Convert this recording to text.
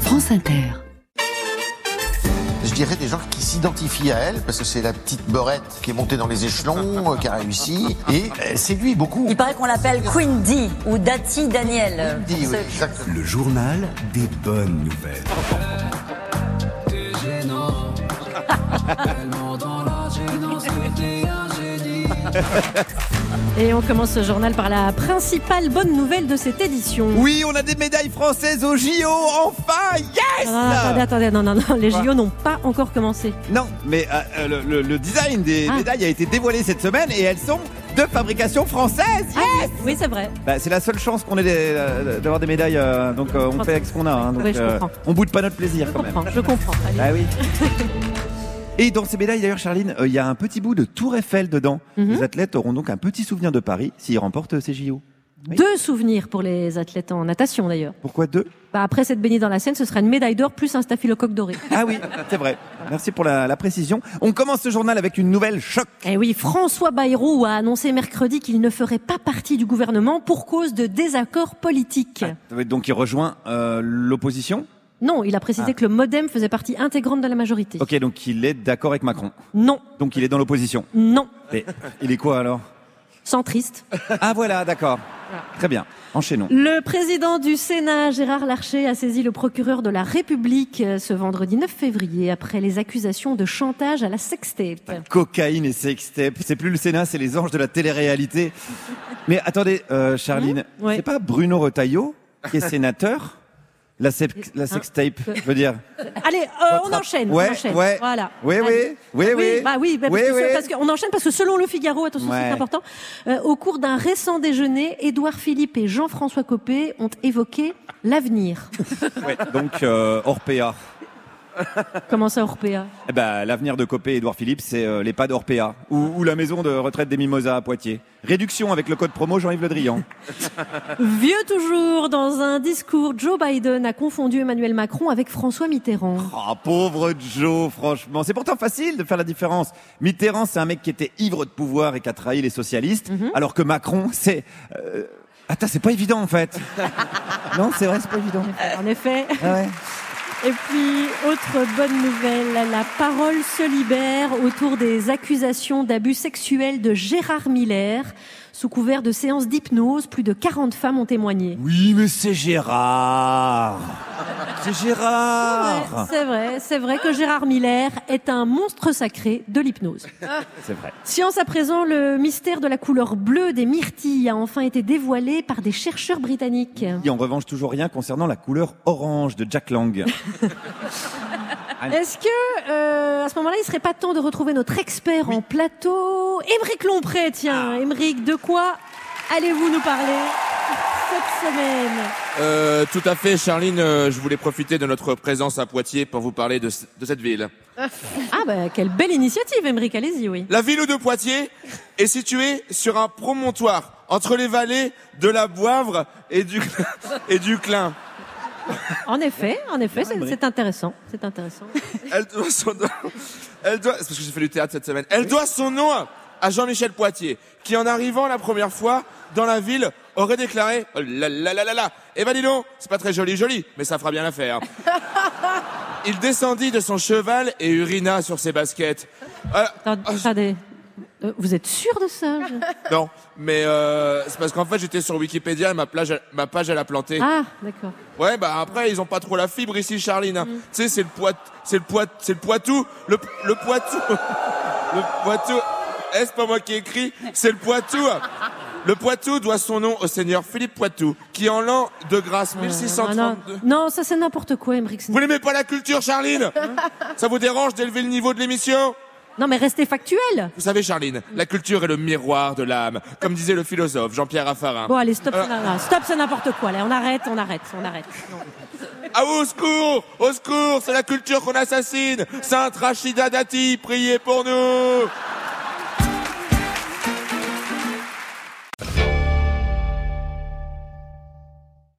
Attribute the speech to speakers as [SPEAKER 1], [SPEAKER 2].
[SPEAKER 1] France Inter.
[SPEAKER 2] Je dirais des gens qui s'identifient à elle, parce que c'est la petite beurette qui est montée dans les échelons, euh, qui a réussi, et euh, c'est lui beaucoup.
[SPEAKER 3] Il paraît qu'on l'appelle Queen D ou Dati Daniel.
[SPEAKER 2] Dit,
[SPEAKER 3] pour
[SPEAKER 2] oui,
[SPEAKER 3] ceux-
[SPEAKER 2] exactement.
[SPEAKER 4] Le journal des bonnes nouvelles.
[SPEAKER 5] Et on commence ce journal par la principale bonne nouvelle de cette édition.
[SPEAKER 6] Oui, on a des médailles françaises au JO, enfin Yes
[SPEAKER 5] Ah, attendez, attendez, non, non, non, les JO n'ont pas encore commencé.
[SPEAKER 6] Non, mais euh, euh, le, le- le design des
[SPEAKER 5] Ah.
[SPEAKER 6] médailles a été dévoilé cette semaine et elles sont de fabrication française
[SPEAKER 5] Ah, oui, c'est vrai.
[SPEAKER 6] Bah, C'est la seule chance qu'on ait des- euh, d'avoir des médailles, euh, donc euh, on fait avec ce qu'on a. hein, donc,
[SPEAKER 5] Oui, je comprends.
[SPEAKER 6] on boude pas notre plaisir
[SPEAKER 5] Je
[SPEAKER 6] quand même.
[SPEAKER 5] comprends, je comprends. Allez.
[SPEAKER 6] Ah oui. Et dans ces médailles, d'ailleurs, Charline, euh, il y a un petit bout de Tour Eiffel dedans.
[SPEAKER 5] Mhm.
[SPEAKER 6] Les athlètes auront donc un petit souvenir de Paris s'ils remportent euh, ces JO. oui.
[SPEAKER 5] Deux souvenirs pour les athlètes en natation d'ailleurs.
[SPEAKER 6] Pourquoi deux
[SPEAKER 5] Bah, après s'être baigné dans la Seine, ce sera une médaille d'or plus un staphylocoque doré.
[SPEAKER 6] Ah oui, c'est vrai. Merci pour la, la précision. On commence ce journal avec une nouvelle choc.
[SPEAKER 5] Eh oui, François Bayrou a annoncé mercredi qu'il ne ferait pas partie du gouvernement pour cause de désaccords politiques.
[SPEAKER 6] Ah. Donc il rejoint euh, l'opposition.
[SPEAKER 5] Non, il a précisé que le MoDem faisait partie intégrante de la majorité.
[SPEAKER 6] Ah. Ok, donc il est d'accord avec Macron.
[SPEAKER 5] Non,
[SPEAKER 6] Donc il est dans l'opposition.
[SPEAKER 5] non,
[SPEAKER 6] Mais il est quoi alors
[SPEAKER 5] centriste.
[SPEAKER 6] Ah voilà, d'accord. Très bien. Enchaînons.
[SPEAKER 5] Le président du Sénat, Gérard Larcher, a saisi le procureur de la République euh, ce vendredi 9 février après les accusations de chantage à la sextape.
[SPEAKER 6] Cocaïne et sextape. C'est plus le Sénat, c'est les anges de la télé-réalité. Mais attendez, euh, Charline,
[SPEAKER 5] Mmh, ouais.
[SPEAKER 6] c'est pas Bruno Retailleau qui est sénateur la, sep- la sextape, je veux dire.
[SPEAKER 5] Allez, euh, on enchaîne.
[SPEAKER 6] Ouais,
[SPEAKER 5] on enchaîne.
[SPEAKER 6] ouais.
[SPEAKER 5] Voilà.
[SPEAKER 6] Oui, oui,
[SPEAKER 5] Allez.
[SPEAKER 6] oui,
[SPEAKER 5] Ah
[SPEAKER 6] oui.
[SPEAKER 5] Bah oui, bah
[SPEAKER 6] Oui,
[SPEAKER 5] parce, que,
[SPEAKER 6] oui.
[SPEAKER 5] parce qu'on enchaîne parce que selon Le Figaro, attention,
[SPEAKER 6] Ouais.
[SPEAKER 5] c'est important. euh, au cours d'un récent déjeuner, Édouard Philippe et Jean-François Copé ont évoqué l'avenir.
[SPEAKER 6] Ouais, donc euh, Orpea.
[SPEAKER 5] Comment ça, Orpea
[SPEAKER 6] Eh ben, l'avenir de Copé et Edouard Philippe, c'est euh, les pas d'Orpea ou, ou la maison de retraite des Mimosas à Poitiers. Réduction avec le code promo Jean-Yves Le Drian.
[SPEAKER 5] Vieux toujours, dans un discours, Joe Biden a confondu Emmanuel Macron avec François Mitterrand.
[SPEAKER 6] Ah, pauvre Joe, franchement. C'est pourtant facile de faire la différence. Mitterrand, c'est un mec qui était ivre de pouvoir et qui a trahi les socialistes, alors que Macron, c'est... euh, Attends, c'est pas évident en fait. non, c'est vrai, c'est pas évident.
[SPEAKER 5] En effet.
[SPEAKER 6] Ah ouais.
[SPEAKER 5] Et puis, autre bonne nouvelle, la parole se libère autour des accusations d'abus sexuels de Gérard Miller. Sous couvert de séances d'hypnose, plus de 40 femmes ont témoigné.
[SPEAKER 6] Oui, mais c'est Gérard. C'est Gérard.
[SPEAKER 5] C'est vrai, c'est vrai que Gérard Miller est un monstre sacré de l'hypnose.
[SPEAKER 6] C'est vrai.
[SPEAKER 5] Science à présent, le mystère de la couleur bleue des myrtilles a enfin été dévoilé par des chercheurs britanniques.
[SPEAKER 6] Et en revanche, toujours rien concernant la couleur orange de Jack Lang.
[SPEAKER 5] Est-ce que euh, à ce moment-là, il serait pas temps de retrouver notre expert en plateau, Émeric Lompré Tiens, Émeric, de quoi allez-vous nous parler cette semaine
[SPEAKER 7] Euh, tout à fait, Charline. euh, je voulais profiter de notre présence à Poitiers pour vous parler de, ce- de cette ville.
[SPEAKER 5] Ah bah quelle belle initiative, Émeric, allez-y, oui.
[SPEAKER 7] La ville de Poitiers est située sur un promontoire entre les vallées de la Boivre et du, et du Clin.
[SPEAKER 5] En effet, en effet, c'est c'est intéressant, c'est intéressant.
[SPEAKER 7] Elle doit son nom. Elle doit. c'est parce que j'ai fait du théâtre cette semaine. Elle doit son nom à Jean-Michel Poitier, qui en arrivant la première fois dans la ville aurait déclaré oh là là là là là. Eh ben dis donc, c'est pas très joli joli, mais ça fera bien l'affaire. Il descendit de son cheval et urina sur ses baskets. Voilà.
[SPEAKER 5] Attends-
[SPEAKER 7] Ah, je-
[SPEAKER 5] Attendez, Euh, vous êtes sûr de ça je-
[SPEAKER 7] non, mais euh, c'est parce qu'en fait j'étais sur Wikipédia et ma, plage, ma page elle a planté.
[SPEAKER 5] Ah, d'accord.
[SPEAKER 7] Ouais, bah après ils ont pas trop la fibre ici, Charline. hein. Tu sais, c'est le poit, c'est le poit, c'est le Poitou, le le Poitou, le Poitou. Eh, c'est pas moi qui écris, c'est le Poitou. Le Poitou doit son nom au seigneur Philippe Poitou, qui en l'an de grâce
[SPEAKER 5] Ah, non,
[SPEAKER 7] 1632.
[SPEAKER 5] non, ça c'est n'importe quoi, Émeric. c'est-
[SPEAKER 7] Vous n'aimez pas la culture, Charline Ça vous dérange d'élever le niveau de l'émission
[SPEAKER 5] Non, mais restez factuel.
[SPEAKER 7] Vous savez, Charline, la culture est le miroir de l'âme, comme disait le philosophe Jean-Pierre Raffarin.
[SPEAKER 5] Bon, allez, stop,
[SPEAKER 7] Euh.
[SPEAKER 5] c'est n'importe- stop, c'est n'importe quoi. Là, on arrête, on arrête, on arrête. Non.
[SPEAKER 7] Ah, au secours Au secours C'est la culture qu'on assassine Sainte Rachida Dati, priez pour nous